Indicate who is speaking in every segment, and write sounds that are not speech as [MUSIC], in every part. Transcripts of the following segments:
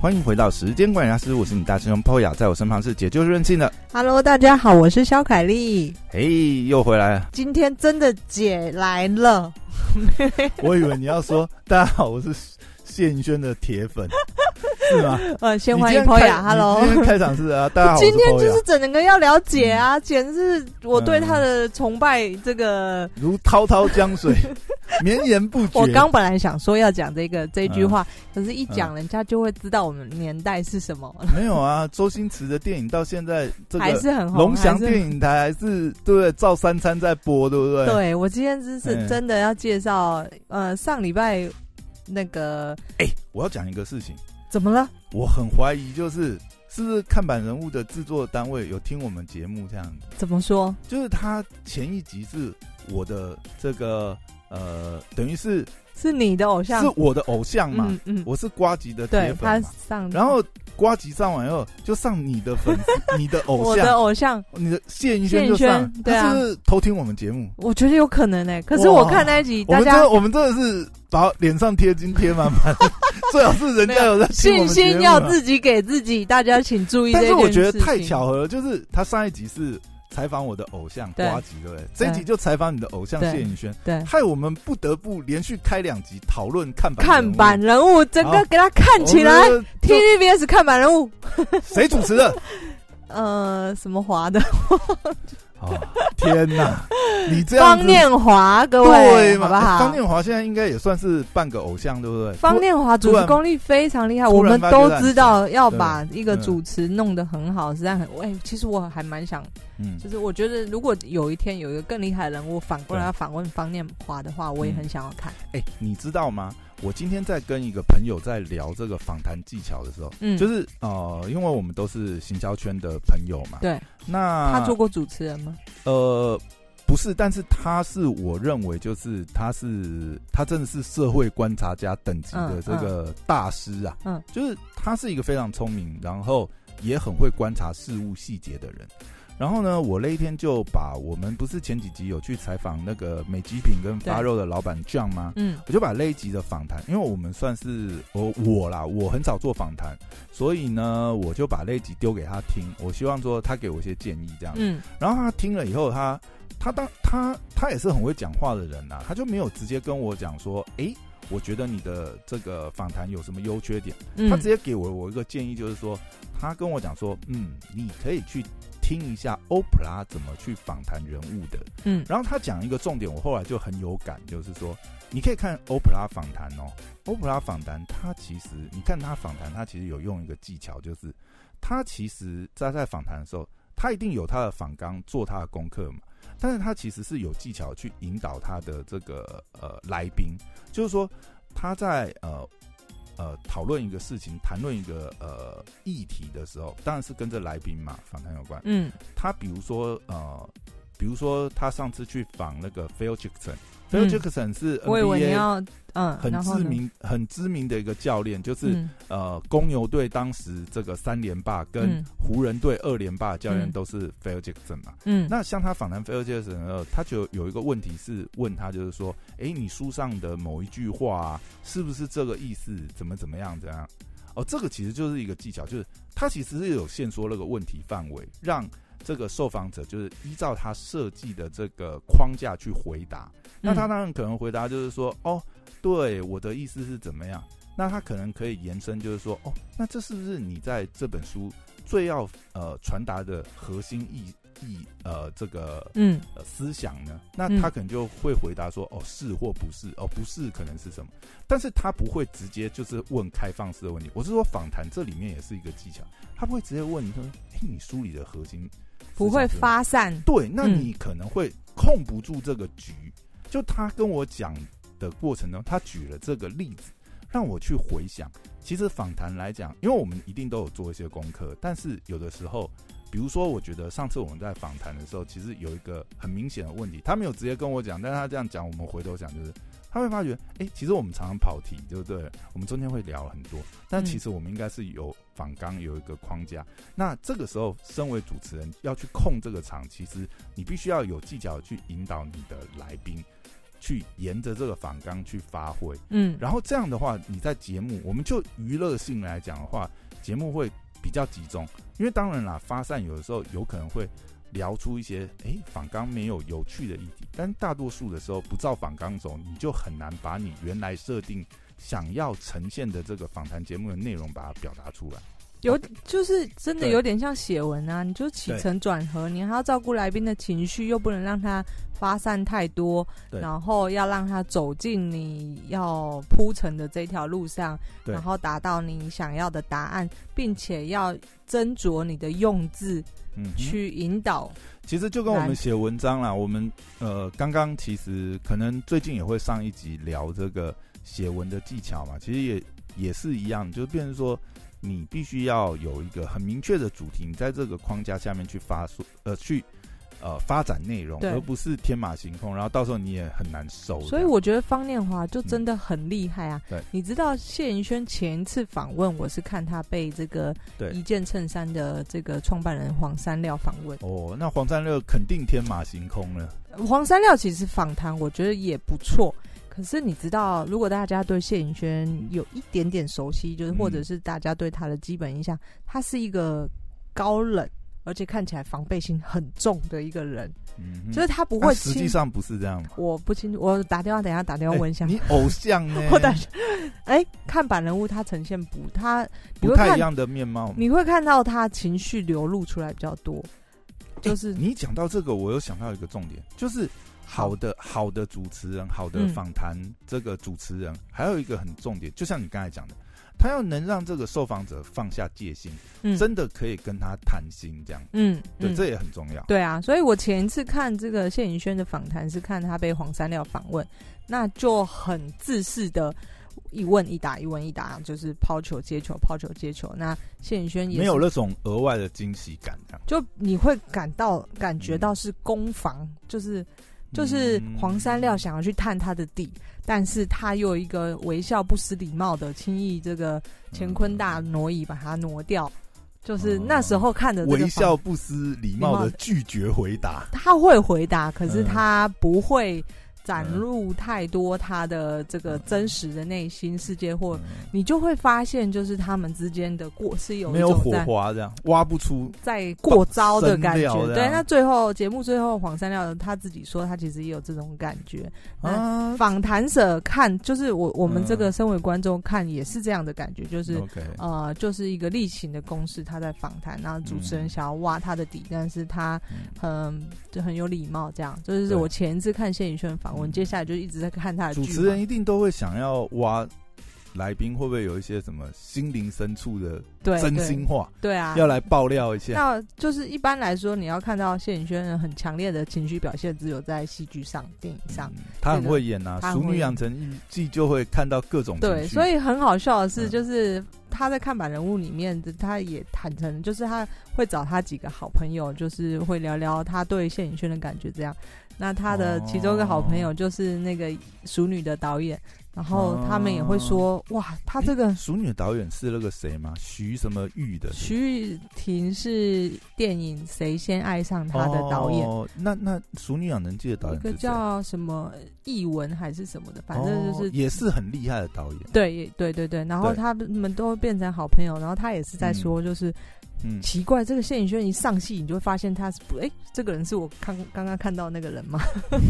Speaker 1: 欢迎回到时间管理大师，我是你大师兄 Poya，在我身旁是解救任性的，
Speaker 2: Hello，大家好，我是肖凯丽，
Speaker 1: 嘿，又回来了。
Speaker 2: 今天真的姐来了，
Speaker 3: 我以为你要说“大家好，我是谢颖轩的铁粉”，是
Speaker 2: [LAUGHS]
Speaker 3: 吗？
Speaker 2: 呃，先
Speaker 3: 你
Speaker 2: 欢
Speaker 3: 今
Speaker 2: 迎
Speaker 3: 天开
Speaker 2: Poya，Hello
Speaker 3: 你。今天开场是啊，大家好，
Speaker 2: 今天
Speaker 3: 我
Speaker 2: 就
Speaker 3: Poya 嗯
Speaker 2: 是整个要了解啊，简直是我对他的崇拜。这个
Speaker 3: 如滔滔江水， [LAUGHS] 绵延不绝。
Speaker 2: 我刚本来想说要讲这个这句
Speaker 3: 嗯
Speaker 2: 话，可是一讲人家就会知道我们年代是什么，
Speaker 3: 没有啊，周星驰的电影到现在这
Speaker 2: 还
Speaker 3: 个
Speaker 2: 是很红。
Speaker 3: 龙翔
Speaker 2: 还是
Speaker 3: 电影台还是对不对？照三餐在播，对不对？
Speaker 2: 对我今天真是
Speaker 3: 嗯
Speaker 2: 真的要介绍，呃，上礼拜那个
Speaker 3: 哎、
Speaker 1: 我要讲一个事情，
Speaker 2: 怎么了？
Speaker 3: 我很
Speaker 1: 怀疑就是是不是看板人物的制作单位有听我们节目这样子，
Speaker 2: 怎么说？
Speaker 1: 就是他前一集是我的这个呃，等于是
Speaker 2: 是你的偶像
Speaker 1: 是？我的偶像嘛，
Speaker 2: 嗯嗯，
Speaker 1: 我是瓜吉的铁
Speaker 2: 对他
Speaker 1: 粉嘛，
Speaker 2: 上，
Speaker 1: 然后瓜吉上完以后就上你的粉
Speaker 2: [LAUGHS]
Speaker 1: 丝，你的偶
Speaker 2: 我的
Speaker 1: 像，
Speaker 2: 偶像，
Speaker 1: 你的谢云轩就上
Speaker 2: 谢，云轩对啊
Speaker 1: 他是不是偷听我们节目。
Speaker 2: 我觉得有可能哎、可是我
Speaker 3: 哇
Speaker 2: 看那一集，
Speaker 3: 我
Speaker 2: 大
Speaker 3: 们真
Speaker 2: 家
Speaker 3: 的我们真的是把脸上贴金贴满满，
Speaker 2: [LAUGHS]
Speaker 3: 最好是人家有在听我
Speaker 2: 信
Speaker 3: 们节目啊
Speaker 2: 心要自己给自己，大家请注意这
Speaker 3: 但
Speaker 2: 件
Speaker 3: 是
Speaker 2: 事情。
Speaker 3: 我觉得太巧合了，就是他上一集是采访我的偶像
Speaker 2: 对
Speaker 3: 瓜吉，对不对？这一集就采访你的偶像
Speaker 2: 对
Speaker 3: 谢颖轩，
Speaker 2: 对。
Speaker 3: 害我们不得不连续开两集讨论看板人
Speaker 2: 看
Speaker 3: 物
Speaker 2: 板人物，整个
Speaker 3: 好
Speaker 2: 给他看起来。
Speaker 3: 我们
Speaker 2: TVBS 看板人物，
Speaker 3: 就谁主
Speaker 2: [LAUGHS]
Speaker 3: 持的？
Speaker 2: 呃，什么华的
Speaker 3: 哦天哪，你这样
Speaker 2: 方
Speaker 3: 子
Speaker 2: 念华，各位
Speaker 3: 啊对
Speaker 2: 好
Speaker 3: 嘛？
Speaker 2: 不好？
Speaker 3: 哎方念华现在应该也算是半个偶像，对不对？
Speaker 2: 方念华主
Speaker 3: 突
Speaker 2: 持
Speaker 3: 然
Speaker 2: 功力非常厉害，
Speaker 3: 突
Speaker 2: 我
Speaker 3: 然
Speaker 2: 们
Speaker 3: 发觉
Speaker 2: 都
Speaker 3: 他很
Speaker 2: 知道要
Speaker 3: 对
Speaker 2: 把一个
Speaker 3: 嗯
Speaker 2: 主持弄得很好，实在很……哎、其实我还蛮想
Speaker 3: 嗯，
Speaker 2: 就是我觉得，如果有一天有一个更厉害的人物反过来
Speaker 3: 对嗯
Speaker 2: 要访问方念华的话，我也很想要看。
Speaker 1: 哎、你知道吗？我今天在跟一个朋友在聊这个访谈技巧的时候，
Speaker 2: 嗯，
Speaker 1: 就是是呃，因为我们都是行销圈的朋友嘛，
Speaker 2: 对
Speaker 1: 那
Speaker 2: 他做过主持人吗？
Speaker 1: 呃，不是，但是他是我认为就是他是他真的是社会观察家等级的
Speaker 2: 嗯
Speaker 1: 这个大师啊，
Speaker 2: 嗯
Speaker 1: 就是他是一个非常聪明，然后也很会观察事物细节的人。然后呢，我那一天就把我们不是前几集有去采访那个美极品跟
Speaker 2: 对
Speaker 1: 发肉的老板 John 吗？
Speaker 2: 嗯
Speaker 1: 我就把那一集的访谈，因为我们算是我我啦，我很少做访谈，所以呢，我就把那一集丢给他听，我希望说他给我一些建议这样子
Speaker 2: 嗯
Speaker 1: 然后他听了以后，他他当他他也是很会讲话的人呐、他就没有直接跟我讲说，诶，我觉得你的这个访谈有什么优缺点，
Speaker 2: 嗯，
Speaker 1: 他直接给我我一个建议，就是说，他跟我讲说，嗯，你可以去听一下欧普拉怎么去访谈人物的。
Speaker 2: 嗯
Speaker 1: 然后他讲一个重点，我后来就很有感，就是说，你可以看欧普拉访谈哦，欧普拉访谈，他其实你看他访谈，他其实有用一个技巧，就是他其实在在访谈的时候，他一定有他的访纲，做他的功课嘛。但是他其实是有技巧去引导他的这个呃来宾，就是说他在呃呃讨论一个事情、谈论一个呃议题的时候，当然是跟这来宾嘛访谈有关。
Speaker 2: 嗯
Speaker 1: 他比如说呃，比如说他上次去访那个 Phil Jackson，Phil
Speaker 2: 嗯
Speaker 1: Jackson 是
Speaker 2: 我以为你
Speaker 1: NBA
Speaker 2: 要嗯，
Speaker 1: 呃很
Speaker 2: 然后
Speaker 1: 知
Speaker 2: 呢
Speaker 1: 名、很知名的一个教练，就是、
Speaker 2: 嗯
Speaker 1: 呃公牛队当时这个三连霸跟
Speaker 2: 嗯
Speaker 1: 湖人队二连霸的教练
Speaker 2: 嗯
Speaker 1: 都是 Phil Jackson 嘛。
Speaker 2: 嗯
Speaker 1: 那像他访谈 Phil Jackson 的时候，他就有一个问题是问他，就是说，诶，你书上的某一句话、啊、是不是这个意思？怎么怎么样怎样？哦，这个其实就是一个技巧，就是他其实是有限缩那个问题范围，让这个受访者就是依照他设计的这个框架去回答。那他
Speaker 2: 嗯
Speaker 1: 当然可能回答就是说，哦，对，我的意思是怎么样？那他可能可以延伸，就是说，哦，那这是不是你在这本书最要呃传达的核心意意呃这个
Speaker 2: 嗯
Speaker 1: 呃思想呢？那
Speaker 2: 嗯
Speaker 1: 他可能就会回答说，哦，是或不是，哦，不是可能是什么？但是他不会直接就是问开放式的问题。我是说访谈这里面也是一个技巧，他不会直接问你说，哎，你书里的核心
Speaker 2: 不会
Speaker 1: 发。
Speaker 2: 发散，
Speaker 1: 对，那
Speaker 2: 嗯
Speaker 1: 你可能会控不住这个局。就他跟我讲的过程中，他举了这个例子，让我去回想。其实访谈来讲，因为我们一定都有做一些功课，但是有的时候，比如说，我觉得上次我们在访谈的时候，其实有一个很明显的问题，他没有直接跟我讲，但是他这样讲，我们回头想就是。他会发觉，哎、其实我们常常跑题，对不对？我们中间会聊很多，但
Speaker 2: 嗯
Speaker 1: 其实我们应该是有访纲，有一个框架。那这个时候，身为主持人要去控这个场，其实你必须要有技巧去引导你的来宾去沿着这个仿纲去发挥。
Speaker 2: 嗯，
Speaker 1: 然后这样的话，你在节目，我们就娱乐性来讲的话，节目会比较集中，因为当然啦，发散有的时候有可能会聊出一些诶仿纲没有有趣的议题，但大多数的时候不照仿纲走，你就很难把你原来设定想要呈现的这个访谈节目的内容把它表达出来。
Speaker 2: 有就是真的
Speaker 1: 对
Speaker 2: 有点像写文啊，你就起承转合，你还要照顾来宾的情绪，又不能让他发散太多，
Speaker 1: 对
Speaker 2: 然后要让他走进你要铺陈的这条路上，
Speaker 1: 对
Speaker 2: 然后达到你想要的答案，并且要斟酌你的用字
Speaker 1: 嗯哼，
Speaker 2: 去引导。
Speaker 1: 其实就跟我们写文章啦，我们呃刚刚其实可能最近也会上一集聊这个写文的技巧嘛，其实也也是一样，就变成说你必须要有一个很明确的主题，你在这个框架下面去发出呃去呃发展内容，
Speaker 2: 对
Speaker 1: 而不是天马行空，然后到时候你也很难收。
Speaker 2: 所以我觉得方念华就真的很厉害啊！
Speaker 1: 嗯对
Speaker 2: 你知道谢盈萱前一次访问，我是看她被这个
Speaker 1: 对
Speaker 2: 一件衬衫的这个创办人黄山料访问。
Speaker 1: 哦，那黄山六肯定天马行空了，
Speaker 2: 黄山料其实访谈我觉得也不错，可是你知道，如果大家对谢颖轩有一点点熟悉，就是
Speaker 1: 嗯
Speaker 2: 或者是大家对他的基本印象，他是一个高冷。而且看起来防备心很重的一个人，
Speaker 1: 嗯哼，
Speaker 2: 就是他不
Speaker 1: 那
Speaker 2: 会
Speaker 1: 实际
Speaker 2: 轻。
Speaker 1: 上不是这样嘛。
Speaker 2: 我不清楚，我打电话，等一下打电话问一下。？
Speaker 1: 哎你偶像呢
Speaker 2: [LAUGHS] 我等一下，哎、看板人物他呈现不，他
Speaker 1: 不
Speaker 2: 你会
Speaker 1: 太
Speaker 2: 看
Speaker 1: 一样的面貌嘛。
Speaker 2: 你会看到他情绪流露出来比较多，就是、
Speaker 1: 你讲到这个，我又想到一个重点，就是好的好的主持人，好的
Speaker 2: 嗯
Speaker 1: 访谈这个主持人，还有一个很重点，就像你刚才讲的，他要能让这个受访者放下戒心，
Speaker 2: 嗯
Speaker 1: 真的可以跟他谈心，这样
Speaker 2: 嗯，
Speaker 1: 对，
Speaker 2: 嗯
Speaker 1: 这也很重要。
Speaker 2: 对啊，所以我前一次看这个谢颖轩的访谈是看他被黄山料访问，那就很自私的一问一答，一问一答，就是抛球接球，抛球接球。那谢颖轩也是
Speaker 1: 没有那种额外的惊喜感，这样
Speaker 2: 就你会感到感觉到是攻防，就是就是
Speaker 1: 嗯
Speaker 2: 黄山料想要去探他的底，但是他又一个微笑不失礼貌的轻易这个乾坤大挪移把他挪掉，就是那时候看的
Speaker 3: 嗯
Speaker 2: 这个
Speaker 3: 微
Speaker 2: 访
Speaker 3: 笑不失礼貌
Speaker 2: 礼貌
Speaker 3: 的
Speaker 2: 的
Speaker 3: 拒绝回答。
Speaker 2: 他会回答，可是
Speaker 1: 嗯
Speaker 2: 他不会展露太多他的这个真实的内心世界，或
Speaker 1: 嗯
Speaker 2: 你就会发现，就是他们之间的过是有
Speaker 1: 没
Speaker 2: 一
Speaker 1: 有
Speaker 2: 种
Speaker 1: 火
Speaker 2: 在
Speaker 1: 花，这样挖不出
Speaker 2: 在过招的感
Speaker 1: 深料
Speaker 2: 觉。
Speaker 1: 的啊
Speaker 2: 对，那最后节目最后，黄山料他自己说，他其实也有这种感觉。
Speaker 1: 啊。
Speaker 2: 访谈者看，就是我我们
Speaker 1: 嗯
Speaker 2: 这个身为观众看也是这样的感觉，就是。
Speaker 1: OK，
Speaker 2: 呃，就是一个例行的公式，他在访谈，然后主持人想要挖他的底，但是他很就很有礼貌，这样。这就是
Speaker 1: 嗯对
Speaker 2: 我前一次看谢宇轩访问，
Speaker 1: 嗯
Speaker 2: 接下来就一直在看他的
Speaker 1: 主
Speaker 2: 剧
Speaker 1: 持
Speaker 2: 嘛
Speaker 1: 人一定都会想要挖来宾会不会有一些什么心灵深处的
Speaker 2: 对
Speaker 1: 真心话，
Speaker 2: 对对啊。
Speaker 1: 要来爆料一下。
Speaker 2: 那就是一般来说，你要看到谢宇轩很强烈的情绪表现，只有在戏剧上、电影上。
Speaker 1: 嗯他很会演呐、
Speaker 2: 他
Speaker 1: 啊，《
Speaker 2: 很会
Speaker 1: 熟女养成记》就会看到各种
Speaker 2: 对，
Speaker 1: 情绪。
Speaker 2: 所以很好笑的是，
Speaker 1: 嗯
Speaker 2: 就是他在看板人物里面，他也坦诚，就是他会找他几个好朋友，就是会聊聊他对谢颖轩的感觉这样。那他的
Speaker 1: 哦
Speaker 2: 其中一个好朋友就是那个《熟女》的导演，然后他们也会说，
Speaker 1: 哦
Speaker 2: 哇，他这个
Speaker 1: 熟女》导演是那个谁吗？徐什么玉的
Speaker 2: 徐玉婷是电影《谁先爱上他》的导演。
Speaker 1: 哦、那那《熟女养成记》的导
Speaker 2: 一
Speaker 1: 演
Speaker 2: 个
Speaker 1: 是谁
Speaker 2: 叫什么译文还是什么的，反正就是
Speaker 1: 哦也是很厉害的导演。
Speaker 2: 对也对对对，然后
Speaker 1: 对
Speaker 2: 他们都变成好朋友，然后他也是在
Speaker 1: 嗯
Speaker 2: 说，就是
Speaker 1: 嗯，
Speaker 2: 奇怪，这个谢颖轩一上戏，你就会发现他是不哎、这个人是我看刚刚看到那个人吗？ [LAUGHS]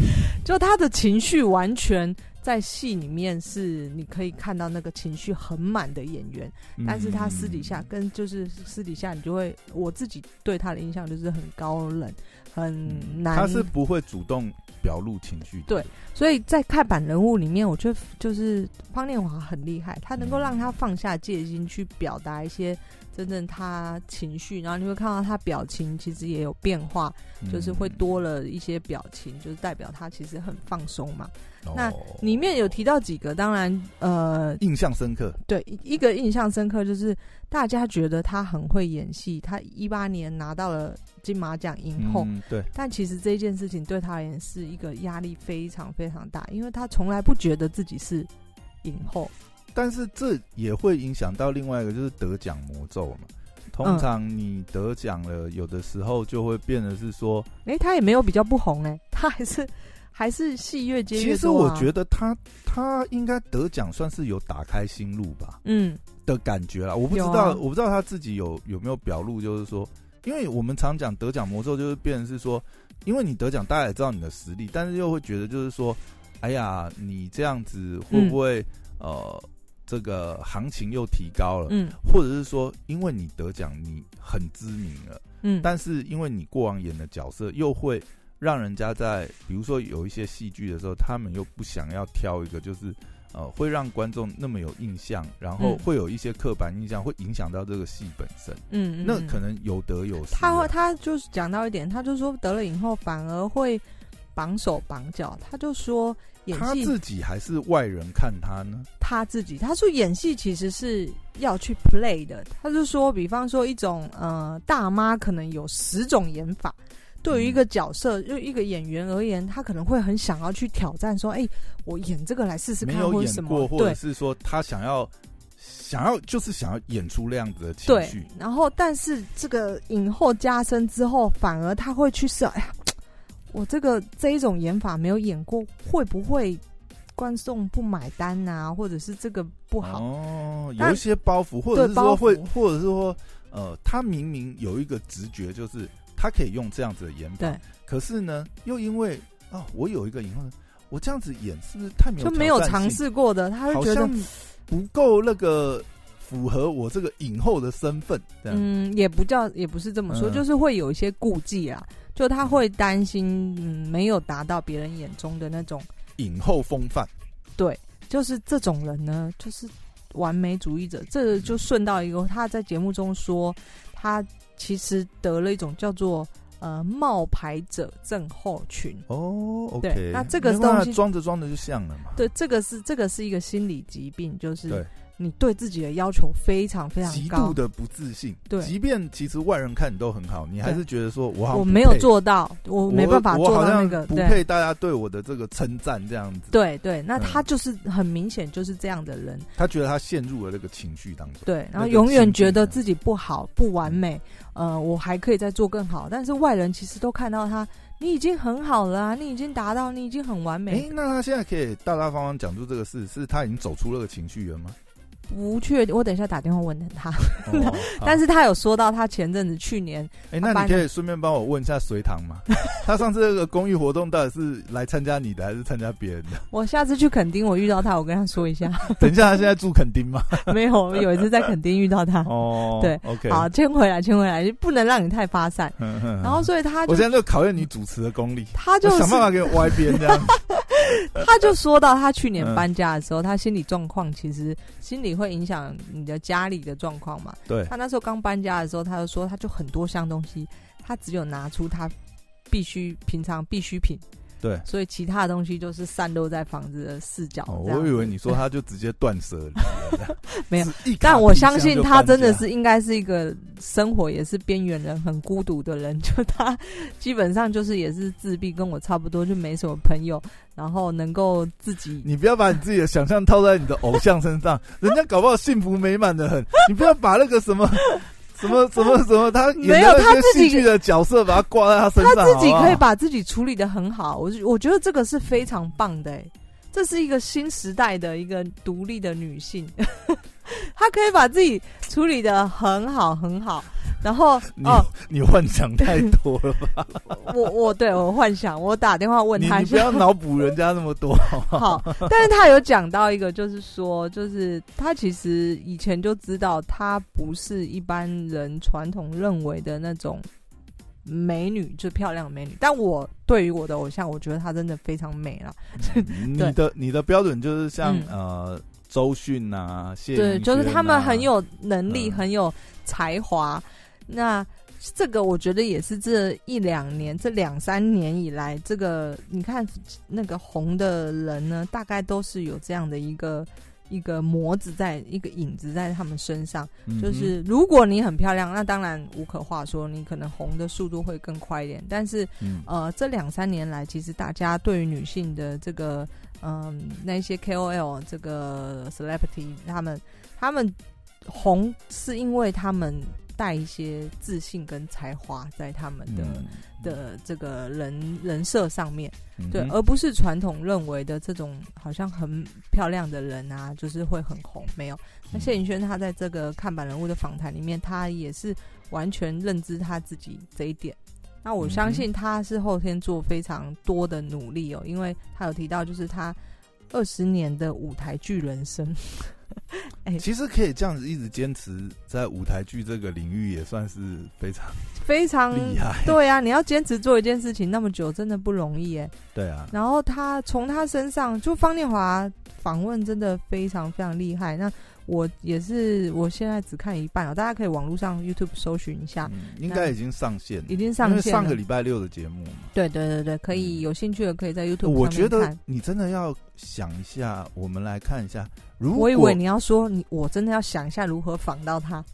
Speaker 2: 就他的情绪完全在戏里面是你可以看到那个情绪很满的演员， [LAUGHS]
Speaker 1: 嗯
Speaker 2: 但是他私底下跟就是私底下，你就会我自己对他的印象就是很高冷，很
Speaker 1: 嗯
Speaker 2: 难。
Speaker 1: 他是不会主动表露情绪的。
Speaker 2: 对所以在看板人物里面，我觉得就是方念华很厉害，他能够让他放下戒心去表达一些真正他情绪，然后你会看到他表情其实也有变化，
Speaker 1: 嗯，
Speaker 2: 就是会多了一些表情，就是代表他其实很放松嘛。
Speaker 1: 哦
Speaker 2: 那里面有提到几个，当然呃，
Speaker 1: 印象深刻。
Speaker 2: 对一个印象深刻就是大家觉得他很会演戏，他一八年拿到了金马奖影后，
Speaker 1: 嗯，对，
Speaker 2: 但其实这件事情对他而言是一个压力非常非常大，因为他从来不觉得自己是影后。
Speaker 1: 但是这也会影响到另外一个，就是得奖魔咒嘛。通
Speaker 2: 嗯
Speaker 1: 常你得奖了，有的时候就会变得是说，
Speaker 2: 诶，他也没有比较不红诶，他还是还是戏越接
Speaker 1: 其
Speaker 2: 越
Speaker 1: 实
Speaker 2: 多、
Speaker 1: 我
Speaker 2: 啊。
Speaker 1: 觉得他他应该得奖算是有打开心路吧
Speaker 2: 嗯，
Speaker 1: 的感觉啦。我不知
Speaker 2: 有啊
Speaker 1: 道、我不知道他自己有有没有表露，就是说，因为我们常讲得奖魔咒，就是变成是说，因为你得奖，大家也知道你的实力，但是又会觉得就是说，哎呀，你这样子会不会、呃这个行情又提高了？
Speaker 2: 嗯
Speaker 1: 或者是说，因为你得奖，你很知名了，
Speaker 2: 嗯，
Speaker 1: 但是因为你过往演的角色，又会让人家在比如说有一些戏剧的时候，他们又不想要挑一个就是呃会让观众那么有印象，然后
Speaker 2: 嗯
Speaker 1: 会有一些刻板印象，会影响到这个戏本身。
Speaker 2: 嗯，嗯
Speaker 1: 那
Speaker 2: 嗯
Speaker 1: 可能有得有失啊。
Speaker 2: 他会，他就是讲到一点，他就说得了以后反而会绑手绑脚，他就说演
Speaker 1: 他
Speaker 2: 戏
Speaker 1: 自己还是外人看他呢？
Speaker 2: 他自己，他说演戏其实是要去 play 的，他就说，比方说一种呃大妈可能有十种演法。对于一个角色，就一个演员而言，他可能会很想要去挑战，说：“哎、我演这个来试试
Speaker 1: 没
Speaker 2: 看，
Speaker 1: 有
Speaker 2: 或者
Speaker 1: 演
Speaker 2: 什么
Speaker 1: 过，。”或者
Speaker 2: 对
Speaker 1: 是说他想要想要就是想要演出那样子的情
Speaker 2: 对
Speaker 1: 绪。。
Speaker 2: 然后，但是这个影后加深之后，反而他会去试，哎呀，我这个这一种演法没有演过，会不会观众不买单啊？或者是这个不好？
Speaker 1: 哦，有
Speaker 2: 但
Speaker 1: 一些包袱，或者
Speaker 2: 对
Speaker 1: 是
Speaker 2: 包
Speaker 1: 说
Speaker 2: 袱
Speaker 1: 会，或者是说，呃，他明明有一个直觉，就是他可以用这样子的演法
Speaker 2: 对，
Speaker 1: 可是呢，又因为啊、我有一个影后，我这样子演是不是太没有
Speaker 2: 就没有
Speaker 1: 挑战
Speaker 2: 尝
Speaker 1: 性，
Speaker 2: 试过的，他
Speaker 1: 好
Speaker 2: 会觉得
Speaker 1: 像不够那个符合我这个影后的身份，这样。
Speaker 2: 嗯，也不叫，也不是这么说，
Speaker 1: 嗯
Speaker 2: 就是会有一些顾忌啊，就他会担心，嗯，没有达到别人眼中的那种，
Speaker 1: 影后风范，
Speaker 2: 就是这种人呢，就是完美主义者。这
Speaker 1: 嗯
Speaker 2: 就顺到一个，他在节目中说，他其实得了一种叫做呃冒牌者症候群。
Speaker 1: 哦
Speaker 2: 对
Speaker 1: ，OK，
Speaker 2: 那这个
Speaker 1: 没办法
Speaker 2: 东西
Speaker 1: 装着装着就像了嘛，
Speaker 2: 对，这个是这个是一个心理疾病，就是
Speaker 1: 对
Speaker 2: 你对自己的要求非常非常
Speaker 1: 极
Speaker 2: 高
Speaker 1: 度，的不自信，
Speaker 2: 对
Speaker 1: 即便其实外人看你都很好，你还
Speaker 2: 对
Speaker 1: 是觉得说我好像
Speaker 2: 我
Speaker 1: 不
Speaker 2: 没有
Speaker 1: 配
Speaker 2: 做到，我没办法
Speaker 1: 我
Speaker 2: 做
Speaker 1: 好
Speaker 2: 到那
Speaker 1: 像
Speaker 2: 个，
Speaker 1: 不
Speaker 2: 对
Speaker 1: 配大家对我的这个称赞，这样子，
Speaker 2: 对对，那
Speaker 1: 嗯
Speaker 2: 他就是很明显就是这样的人，
Speaker 1: 他觉得他陷入了这个情绪当中。
Speaker 2: 对，然
Speaker 1: 那
Speaker 2: 后
Speaker 1: 个嗯
Speaker 2: 永远
Speaker 1: 情
Speaker 2: 觉
Speaker 1: 境
Speaker 2: 得
Speaker 1: 啊
Speaker 2: 自己不好、不完美，呃，我还可以再做更好。但是外人其实都看到他，你已经很好了、啊，你已经达到，你已经很完
Speaker 1: 哎、
Speaker 2: 美。
Speaker 1: 那他现在可以大大方方讲出这个事，是他已经走出那个情绪了
Speaker 2: [LAUGHS]
Speaker 1: 吗？
Speaker 2: 不确定，我等一下打电话问他。
Speaker 1: 哦、
Speaker 2: [LAUGHS] 但
Speaker 1: 是，
Speaker 2: 是他有说到，他前阵子去年
Speaker 1: 哎、那你可以顺便帮我问一下隋唐吗？他上次那个公益活动到底是来参加你的，还是参加别人的？
Speaker 2: 我下次去垦丁，我遇到他，我跟他说
Speaker 1: [LAUGHS]
Speaker 2: 一下。
Speaker 1: 等一下，他现在住垦丁
Speaker 2: [LAUGHS]
Speaker 1: 吗？
Speaker 2: 没有，我有一次在垦丁遇到他。
Speaker 1: [LAUGHS] 哦，
Speaker 2: [LAUGHS] 对
Speaker 1: ，OK，
Speaker 2: 好，牵回来，牵回来，就不能让你太发散。
Speaker 1: 嗯，嗯
Speaker 2: 然后，所以他
Speaker 1: 我
Speaker 2: 就
Speaker 1: 现在就考验你主持的功力，
Speaker 2: 他就
Speaker 1: 我
Speaker 2: 是
Speaker 1: 想办法给我歪边这样子。
Speaker 2: 他就说到，他去年
Speaker 1: 嗯
Speaker 2: 搬家的时候，他心理状况其实心理会影响你的家里的状况嘛。
Speaker 1: 对
Speaker 2: 他那时候刚搬家的时候，他就说他就很多箱东西，他只有拿出他必须平常必需品，
Speaker 1: 对，
Speaker 2: 所以其他的东西就是散落在房子的四角。
Speaker 1: 哦，
Speaker 2: 这样
Speaker 1: 我以为你说他就直接断舍离了，
Speaker 2: [LAUGHS] 没有
Speaker 1: 是一卡
Speaker 2: 但我相信
Speaker 1: 冰箱就
Speaker 2: 他
Speaker 1: 搬
Speaker 2: 真的
Speaker 1: 家
Speaker 2: 是应该是一个生活也是边缘人、很孤独的人， [LAUGHS] 就他基本上就是也是自闭，跟我差不多，就没什么朋友，然后能够自己
Speaker 1: 你不要把你自己的想象套在你的偶像身上，人家搞不好幸福美满的很。你不要把那个什么 [LAUGHS] 什么什
Speaker 2: [LAUGHS]
Speaker 1: 么什么，他演
Speaker 2: 没有
Speaker 1: 的那
Speaker 2: 他自
Speaker 1: 些
Speaker 2: 己
Speaker 1: 戏剧的角色，把它挂在他身上，
Speaker 2: 他自己
Speaker 1: 好不好
Speaker 2: 可以把自己处理的很好，我就我觉得这个是非常棒的、欸，这是一个新时代的一个独立的女性， [LAUGHS] 她可以把自己处理的很好很好。然后
Speaker 1: 你
Speaker 2: 哦，
Speaker 1: 你幻想太多了吧？
Speaker 2: 我我对我幻想，我打电 [LAUGHS] 话问
Speaker 1: 你
Speaker 2: 她
Speaker 1: 你
Speaker 2: 一
Speaker 1: 不
Speaker 2: 下
Speaker 1: 要。脑补人家那么多。 [LAUGHS]
Speaker 2: [LAUGHS] 好，但是她有讲到一个，就是说，就是她其实以前就知道，她不是一般人传统认为的那种美女，就漂亮的美女。但我对于我的偶像，我觉得她真的非常美啦。
Speaker 1: 你
Speaker 2: 对
Speaker 1: 的你的标准就是像
Speaker 2: 嗯
Speaker 1: 呃周迅啊，谢
Speaker 2: 对，
Speaker 1: 盈
Speaker 2: 就是
Speaker 1: 萱
Speaker 2: 他们
Speaker 1: 啊
Speaker 2: 很有能力，
Speaker 1: 嗯
Speaker 2: 很有才华。那这个我觉得也是这一两年、这两三年以来，这个你看那个红的人呢，大概都是有这样的一个一个模子在，一个影子在他们身上。
Speaker 1: 嗯哼
Speaker 2: 就是如果你很漂亮，那当然无可话说，你可能红的速度会更快一点。但是
Speaker 1: 嗯
Speaker 2: 呃，这两三年来，其实大家对于女性的这个，嗯、那一些 KOL 这个 celebrity，他们他们红是因为他们带一些自信跟才华在他们的、
Speaker 1: 嗯
Speaker 2: 的这个人人设上面，
Speaker 1: 嗯
Speaker 2: 对，哦
Speaker 1: 哼
Speaker 2: 而不是传统认为的这种好像很漂亮的人啊，就是会很红，没有。那谢颖轩他在这个看板人物的访谈里面，他也是完全认知他自己这一点。那
Speaker 3: 嗯
Speaker 2: 我相信他是后天做非常多的努力哦，因为他有提到就是他二十年的舞台剧人生，
Speaker 3: 其实可以这样子一直坚持在舞台剧这个领域，也算是非常
Speaker 2: 非常
Speaker 3: 厉害。
Speaker 2: 对啊，你要坚持做一件事情那么久，真的不容易哎。
Speaker 3: [LAUGHS] 对啊，
Speaker 2: 然后他从他身上，就方念华访问真的非常非常厉害。那我也是，我现在只看一半哦，大家可以网络上 YouTube 搜寻一下，
Speaker 1: 嗯
Speaker 3: 应该已经上线了，
Speaker 2: 已经上
Speaker 3: 因为
Speaker 2: 线了。
Speaker 3: 上个礼拜六的节目嘛。
Speaker 2: 对对对对，可以、
Speaker 3: 嗯
Speaker 2: 有兴趣的可以在 YouTube
Speaker 1: 我
Speaker 2: 上
Speaker 1: 觉
Speaker 2: 面
Speaker 1: 得
Speaker 2: 看。
Speaker 1: 你真的要想一下，我们来看一下。如果
Speaker 2: 我以为你要说你，我真的要想一下如何访到他。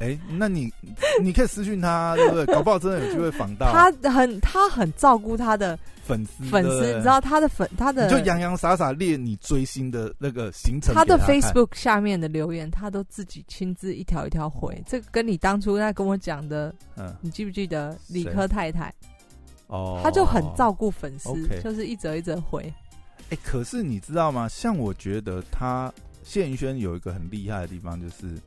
Speaker 1: 哎、那你你可以私讯
Speaker 2: [LAUGHS]
Speaker 1: 他，啊对不对？搞不好真的有机会访到啊
Speaker 2: 他很他很照顾他的
Speaker 1: 粉丝
Speaker 2: 粉丝，
Speaker 1: 对不对
Speaker 2: 你知道他的粉他的
Speaker 1: 你就洋洋洒洒列你追星的那个行程给
Speaker 2: 他
Speaker 1: 看。
Speaker 2: 的 Facebook 下面的留言，他都自己亲自一条一条回。这个跟你当初在跟我讲的，
Speaker 1: 嗯
Speaker 2: 你记不记得
Speaker 1: 谁
Speaker 2: 理科太太？
Speaker 1: 哦，
Speaker 2: 他就很照顾粉丝
Speaker 1: OK
Speaker 2: 就是一折一折回。
Speaker 1: 哎、可是你知道吗？像我觉得他谢云轩有一个很厉害的地方，就是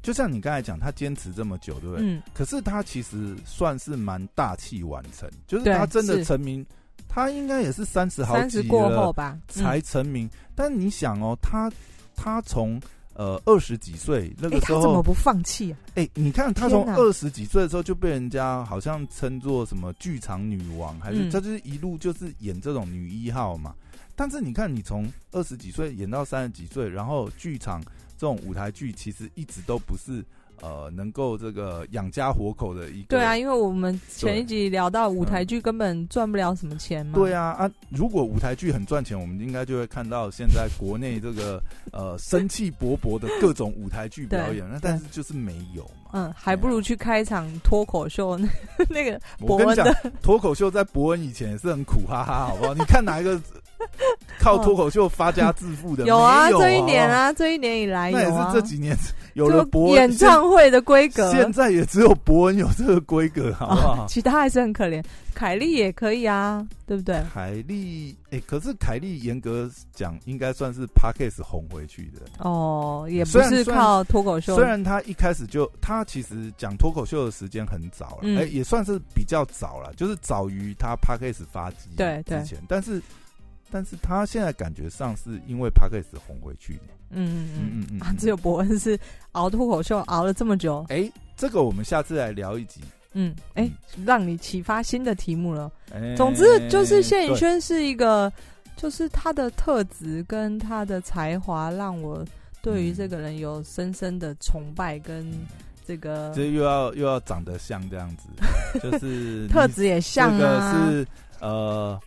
Speaker 1: 就像你刚才讲，他坚持这么久，对不对？
Speaker 2: 嗯，
Speaker 1: 可是他其实算是蛮大器晚成，就是
Speaker 2: 对
Speaker 1: 他真的
Speaker 2: 是
Speaker 1: 成名，他应该也是三十好
Speaker 2: 三
Speaker 1: 几
Speaker 2: 十
Speaker 1: 了
Speaker 2: 过后吧，嗯
Speaker 1: 才成名。但你想哦，他他从呃二十几岁那
Speaker 2: 哎，
Speaker 1: 个时
Speaker 2: 他怎么
Speaker 1: 候，
Speaker 2: 不放弃啊？
Speaker 1: 哎、你看他从
Speaker 2: 天哪
Speaker 1: 二十几岁的时候就被人家好像称作什么剧场女王，还是
Speaker 2: 嗯
Speaker 1: 他就是一路就是演这种女一号嘛。但是你看，你从二十几岁演到三十几岁，然后剧场这种舞台剧其实一直都不是呃能够这个养家活口的一个
Speaker 2: 对啊，因为我们前
Speaker 1: 对
Speaker 2: 一集聊到舞台剧根本赚不了什么钱嘛。
Speaker 1: 对
Speaker 2: 啊，
Speaker 1: 啊啊！如果舞台剧很赚钱，我们应该就会看到现在国内这个呃生气勃勃的各种舞台剧表演，那但是就是没有嘛。
Speaker 2: 嗯，还不如去开一场脱口秀，那 [LAUGHS] 那个
Speaker 1: 啊我跟
Speaker 2: 伯
Speaker 1: 你讲
Speaker 2: 恩 [LAUGHS] 的，
Speaker 1: 脱口秀在伯恩以前也是很苦哈哈，好不好？你看哪一
Speaker 2: [LAUGHS]
Speaker 1: 个靠脱口秀发家致富的？
Speaker 2: 哦有啊，
Speaker 1: 没有
Speaker 2: 这一年
Speaker 1: 好
Speaker 2: 啊，这一年以来
Speaker 1: 不
Speaker 2: 有
Speaker 1: 好，那也
Speaker 2: 啊，
Speaker 1: 是这几年有了
Speaker 2: 就
Speaker 1: 伯恩
Speaker 2: 演唱会的规
Speaker 1: 现
Speaker 2: 格，
Speaker 1: 现在也只有伯恩有这个规格，好不好？
Speaker 2: 其他还是很可怜。凯莉也可以啊，对不对？
Speaker 1: 凯莉，哎、可是凯莉严格讲，应该算是 Parkes 红回去的。
Speaker 2: 哦，也不
Speaker 1: 虽然
Speaker 2: 是哦靠脱口秀
Speaker 1: 虽，然他一开始就，他其实讲脱口秀的时间很早了，哎、
Speaker 2: 嗯
Speaker 1: 也算是比较早了，就是早于他 p a c k a s e 发迹
Speaker 2: 对对
Speaker 1: 之前，但是但是他现在感觉上是因为 p a c k a s e 红回去的，
Speaker 2: 嗯嗯嗯
Speaker 1: 嗯嗯嗯，
Speaker 2: 啊，只有伯恩是熬脱口秀熬了这么久，
Speaker 1: 哎、这个我们下次来聊一集。
Speaker 2: 嗯，哎、让你启发新的题目了。
Speaker 1: 哎
Speaker 2: 总之就是谢颖轩是一个，就是他的特质跟他的才华，让我对于
Speaker 1: 嗯
Speaker 2: 这个人有深深的崇拜跟这个
Speaker 1: 对这又要又要长得像这样子，
Speaker 2: [LAUGHS]
Speaker 1: 就是
Speaker 2: 特质也像
Speaker 1: 这个
Speaker 2: 啊，
Speaker 1: 是呃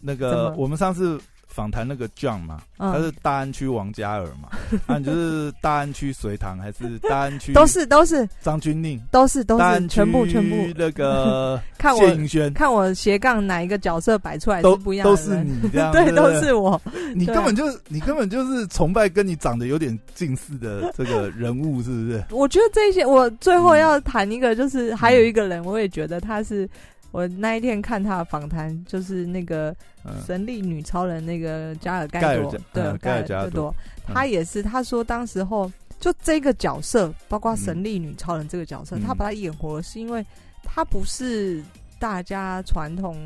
Speaker 1: 那
Speaker 2: 怎
Speaker 1: 个
Speaker 2: 么
Speaker 1: 我们上次访谈那个 John 嘛，他是
Speaker 2: 嗯，
Speaker 1: 大安区王嘉尔
Speaker 2: [LAUGHS]
Speaker 1: 嘛，啊，你就是大安区隋唐还是大安区
Speaker 2: 都是都是
Speaker 1: 张钧甯，
Speaker 2: 都是都
Speaker 1: 大
Speaker 2: 是
Speaker 1: 安区
Speaker 2: 全部全部，
Speaker 1: 那
Speaker 2: [LAUGHS]
Speaker 1: 个
Speaker 2: 看我
Speaker 1: 谢颖轩
Speaker 2: 看我斜杠哪一个角色摆出来
Speaker 1: 都
Speaker 2: 是不一样
Speaker 1: 都
Speaker 2: 的
Speaker 1: 是
Speaker 2: 人 [LAUGHS]
Speaker 1: 你这样，
Speaker 2: 对，
Speaker 1: 不
Speaker 2: 都是我。
Speaker 1: 你
Speaker 2: 对啊
Speaker 1: 根本就是你根本就是崇拜跟你长得有点近似的这个人物，是不是？
Speaker 2: 我觉得这些，我最
Speaker 1: 嗯
Speaker 2: 后要谈一个，就是还有一个人，我也觉得他是我那一天看他的访谈，就是那个
Speaker 1: 嗯，
Speaker 2: 神力女超人那个加尔
Speaker 1: 盖
Speaker 2: 盖
Speaker 1: 尔
Speaker 2: 多
Speaker 1: 加，
Speaker 2: 对
Speaker 1: 嗯，盖尔加
Speaker 2: 尔
Speaker 1: 朵
Speaker 2: 多，
Speaker 1: 嗯
Speaker 2: 他也是，他说当时候就这个角色，包括
Speaker 1: 嗯
Speaker 2: 神力女超人这个角色，
Speaker 1: 嗯
Speaker 2: 他把他演活了，是因为他不是大家传统。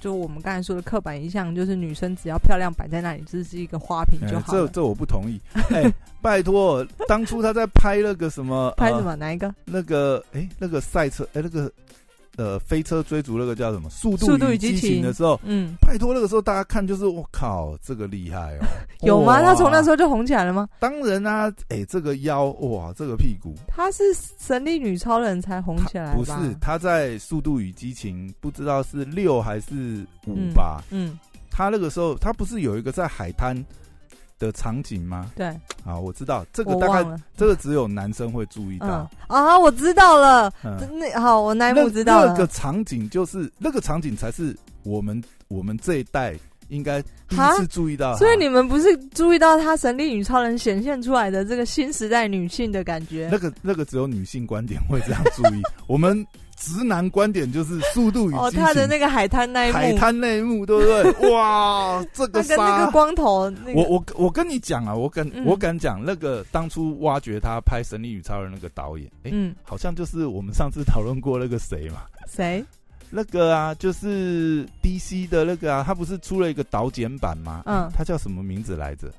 Speaker 2: 就我们刚才说的刻板印象，就是女生只要漂亮摆在那里，就是一个花瓶就
Speaker 1: 哎
Speaker 2: 好
Speaker 1: 这
Speaker 2: 了。
Speaker 1: 这我不同意。 [LAUGHS] 哎，拜托，当初他在拍那个什么
Speaker 2: 拍什
Speaker 1: 呃
Speaker 2: 么？哪一个？
Speaker 1: 那个哎那个赛车哎那个呃飞车追逐那个叫什么《速
Speaker 2: 速
Speaker 1: 度
Speaker 2: 度
Speaker 1: 与
Speaker 2: 与激
Speaker 1: 激情》
Speaker 2: 情
Speaker 1: 的时候。
Speaker 2: 嗯，！
Speaker 1: 拜托，那个时候大家看就是我靠，这个厉害哦
Speaker 2: [LAUGHS] 有吗？
Speaker 1: 哇
Speaker 2: 他从那时候就红起来了吗？
Speaker 1: 当然啊，哎、这个腰哇，这个屁股，
Speaker 2: 她是神力女超人才红起来
Speaker 1: 不是
Speaker 2: 吧？
Speaker 1: 他在《速度与激情》，不知道是六还是五吧？
Speaker 2: 嗯，
Speaker 1: 他那个时候，他不是有一个在海滩的场景吗？
Speaker 2: 对，
Speaker 1: 啊，我知道这个
Speaker 2: 我
Speaker 1: 大
Speaker 2: 忘
Speaker 1: 概
Speaker 2: 了。
Speaker 1: 这个只有男生会注意
Speaker 2: 嗯
Speaker 1: 到，
Speaker 2: 啊，我知道了。
Speaker 1: 嗯，
Speaker 2: 那好，我那一
Speaker 1: 那
Speaker 2: 幕知道啊
Speaker 1: 那个
Speaker 2: 了。
Speaker 1: 场景就是那个场景才是我们我们这一代应该第
Speaker 2: 哈
Speaker 1: 一次注意到她，
Speaker 2: 所以你们不是注意到她神力女超人显现出来的这个新时代女性的感觉？
Speaker 1: 那个那个只有女性观点会这样注意，我们直男观点就是速度与
Speaker 2: 哦，
Speaker 1: 激情。
Speaker 2: 她的那个海滩那一
Speaker 1: 海
Speaker 2: 幕，
Speaker 1: 滩内幕，对不
Speaker 2: [LAUGHS]
Speaker 1: 对？哇，这
Speaker 2: 她
Speaker 1: 个
Speaker 2: 跟那
Speaker 1: 杀
Speaker 2: 个！光头，那
Speaker 1: 我
Speaker 2: 个
Speaker 1: 我我跟你讲啊，我敢、
Speaker 2: 嗯
Speaker 1: 我敢讲，那个当初挖掘他拍《神力与超人》那个导演，哎、
Speaker 2: 嗯，
Speaker 1: 好像就是我们上次讨论过那个谁嘛，
Speaker 2: 谁？
Speaker 1: 那个啊，就是 DC 的那个啊，他不是出了一个导剪版吗？
Speaker 2: 嗯
Speaker 1: 他叫什么名字来着？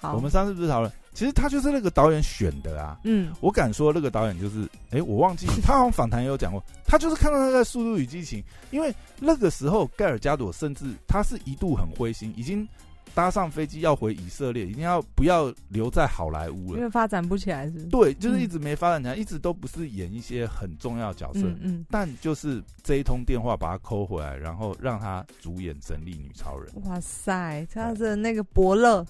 Speaker 2: 好，
Speaker 1: 我们上次不是讨论，其实他就是那个导演选的啊。
Speaker 2: 嗯
Speaker 1: 我敢说，那个导演就是，哎、我忘记他好像访谈也有讲过，他就是看到他在《速度与激情》，因为那个时候盖尔加朵甚至他是一度很灰心，已经搭上飞机要回以色列，一定要不要留在好莱坞
Speaker 2: 因
Speaker 1: 了。
Speaker 2: 为发展不起来是不是？
Speaker 1: 对，就是一直没发展起来，一直都不是演一些很重要的角色，
Speaker 2: 嗯嗯，
Speaker 1: 但就是这一通电话把他抠回来，然后让他主演《神力女超人》。
Speaker 2: 哇塞，她的那个伯乐，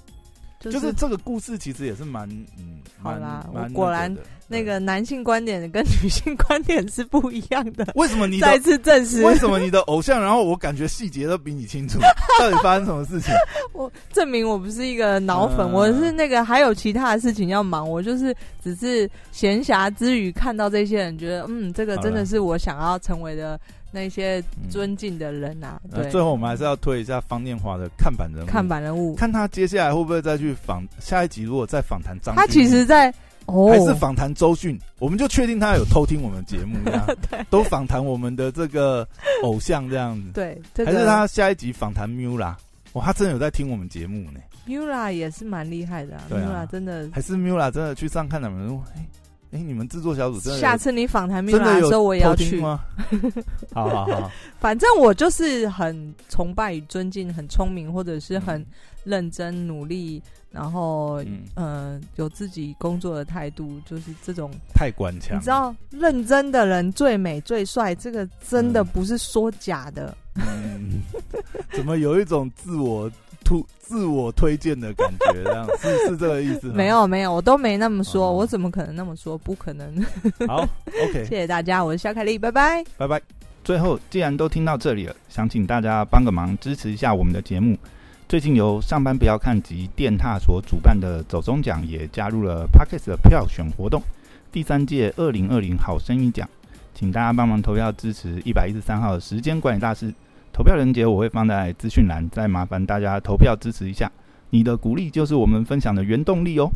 Speaker 2: 就
Speaker 1: 就是
Speaker 2: 是
Speaker 1: 这个故事其实也是蛮嗯，
Speaker 2: 好
Speaker 1: 蛮
Speaker 2: 啦
Speaker 1: 蛮
Speaker 2: 我果
Speaker 1: 那个
Speaker 2: 然
Speaker 1: 的
Speaker 2: 那
Speaker 1: 对
Speaker 2: 个男性观点跟女性观点是不一样的。
Speaker 1: 为什么你的
Speaker 2: 再次证实，
Speaker 1: 为什么你的偶像，然后我感觉细节都比你清
Speaker 2: [LAUGHS]
Speaker 1: 楚，到底发生什么事情？
Speaker 2: 我证明我不是一个脑粉，
Speaker 1: 嗯
Speaker 2: 我是那个还有其他的事情要忙，我就是只是闲暇之余看到这些人，觉得嗯，这个
Speaker 1: 好了
Speaker 2: 真的是我想要成为的那些尊敬的人啊。
Speaker 1: 呃
Speaker 2: 对，
Speaker 1: 嗯最后我们还是要推一下方念华的看板人物，
Speaker 2: 看，板人物，
Speaker 1: 看他接下来会不会再去访下一集，如果再访谈张俊
Speaker 2: 他
Speaker 1: 英，
Speaker 2: 其实在哦
Speaker 1: 还，是访谈周迅，我们就确定他有偷听我
Speaker 2: [LAUGHS]
Speaker 1: 们节目，这样都访谈我们的这个偶像这样子，
Speaker 2: 对，这
Speaker 1: 还是
Speaker 2: 个
Speaker 1: 他下一集访谈 Mula？哇，他真的有在听我们节目呢，
Speaker 2: Mula 也是蛮厉害的、啊
Speaker 1: 对
Speaker 2: m u
Speaker 1: 啊
Speaker 2: l a 真的。
Speaker 1: 还是 Mula 真的去上看他们？哎、哎、你们制作小组真的有
Speaker 2: 下次你访谈 Mula
Speaker 1: 真的有
Speaker 2: 时候，我也要
Speaker 1: 偷听
Speaker 2: 去。
Speaker 1: 吗？
Speaker 2: [LAUGHS]
Speaker 1: 好好好，
Speaker 2: 反正我就是很崇拜与尊敬，很聪明，或者是很认真努力，然后
Speaker 1: 嗯，
Speaker 2: 呃，有自己工作的态度，就是这种，
Speaker 1: 太官腔
Speaker 2: 你
Speaker 1: 了，
Speaker 2: 知道，认真的人最美最帅，这个真的
Speaker 1: 嗯
Speaker 2: 不是说假的。
Speaker 1: 嗯， [LAUGHS] 怎么有一种自我突自我推荐的感觉？这样是是这个意思吗？
Speaker 2: 没。有没有，我都没那么说，
Speaker 1: 哦
Speaker 2: 我怎么可能那么说？不可
Speaker 1: [LAUGHS]
Speaker 2: 能。
Speaker 1: 好，OK，
Speaker 2: 谢谢大家，我是小凯丽，拜拜。
Speaker 1: 拜拜。最后，既然都听到这里了，想请大家帮个忙，支持一下我们的节目。最近由上班不要看及电踏所主办的走中奖也加入了 p a c k e t 的票选活动，第三届二零二零好声音奖，请大家帮忙投票支持一百一十三号的时间管理大师。投票链接我会放在资讯栏，再麻烦大家投票支持一下，你的鼓励就是我们分享的原动力哦。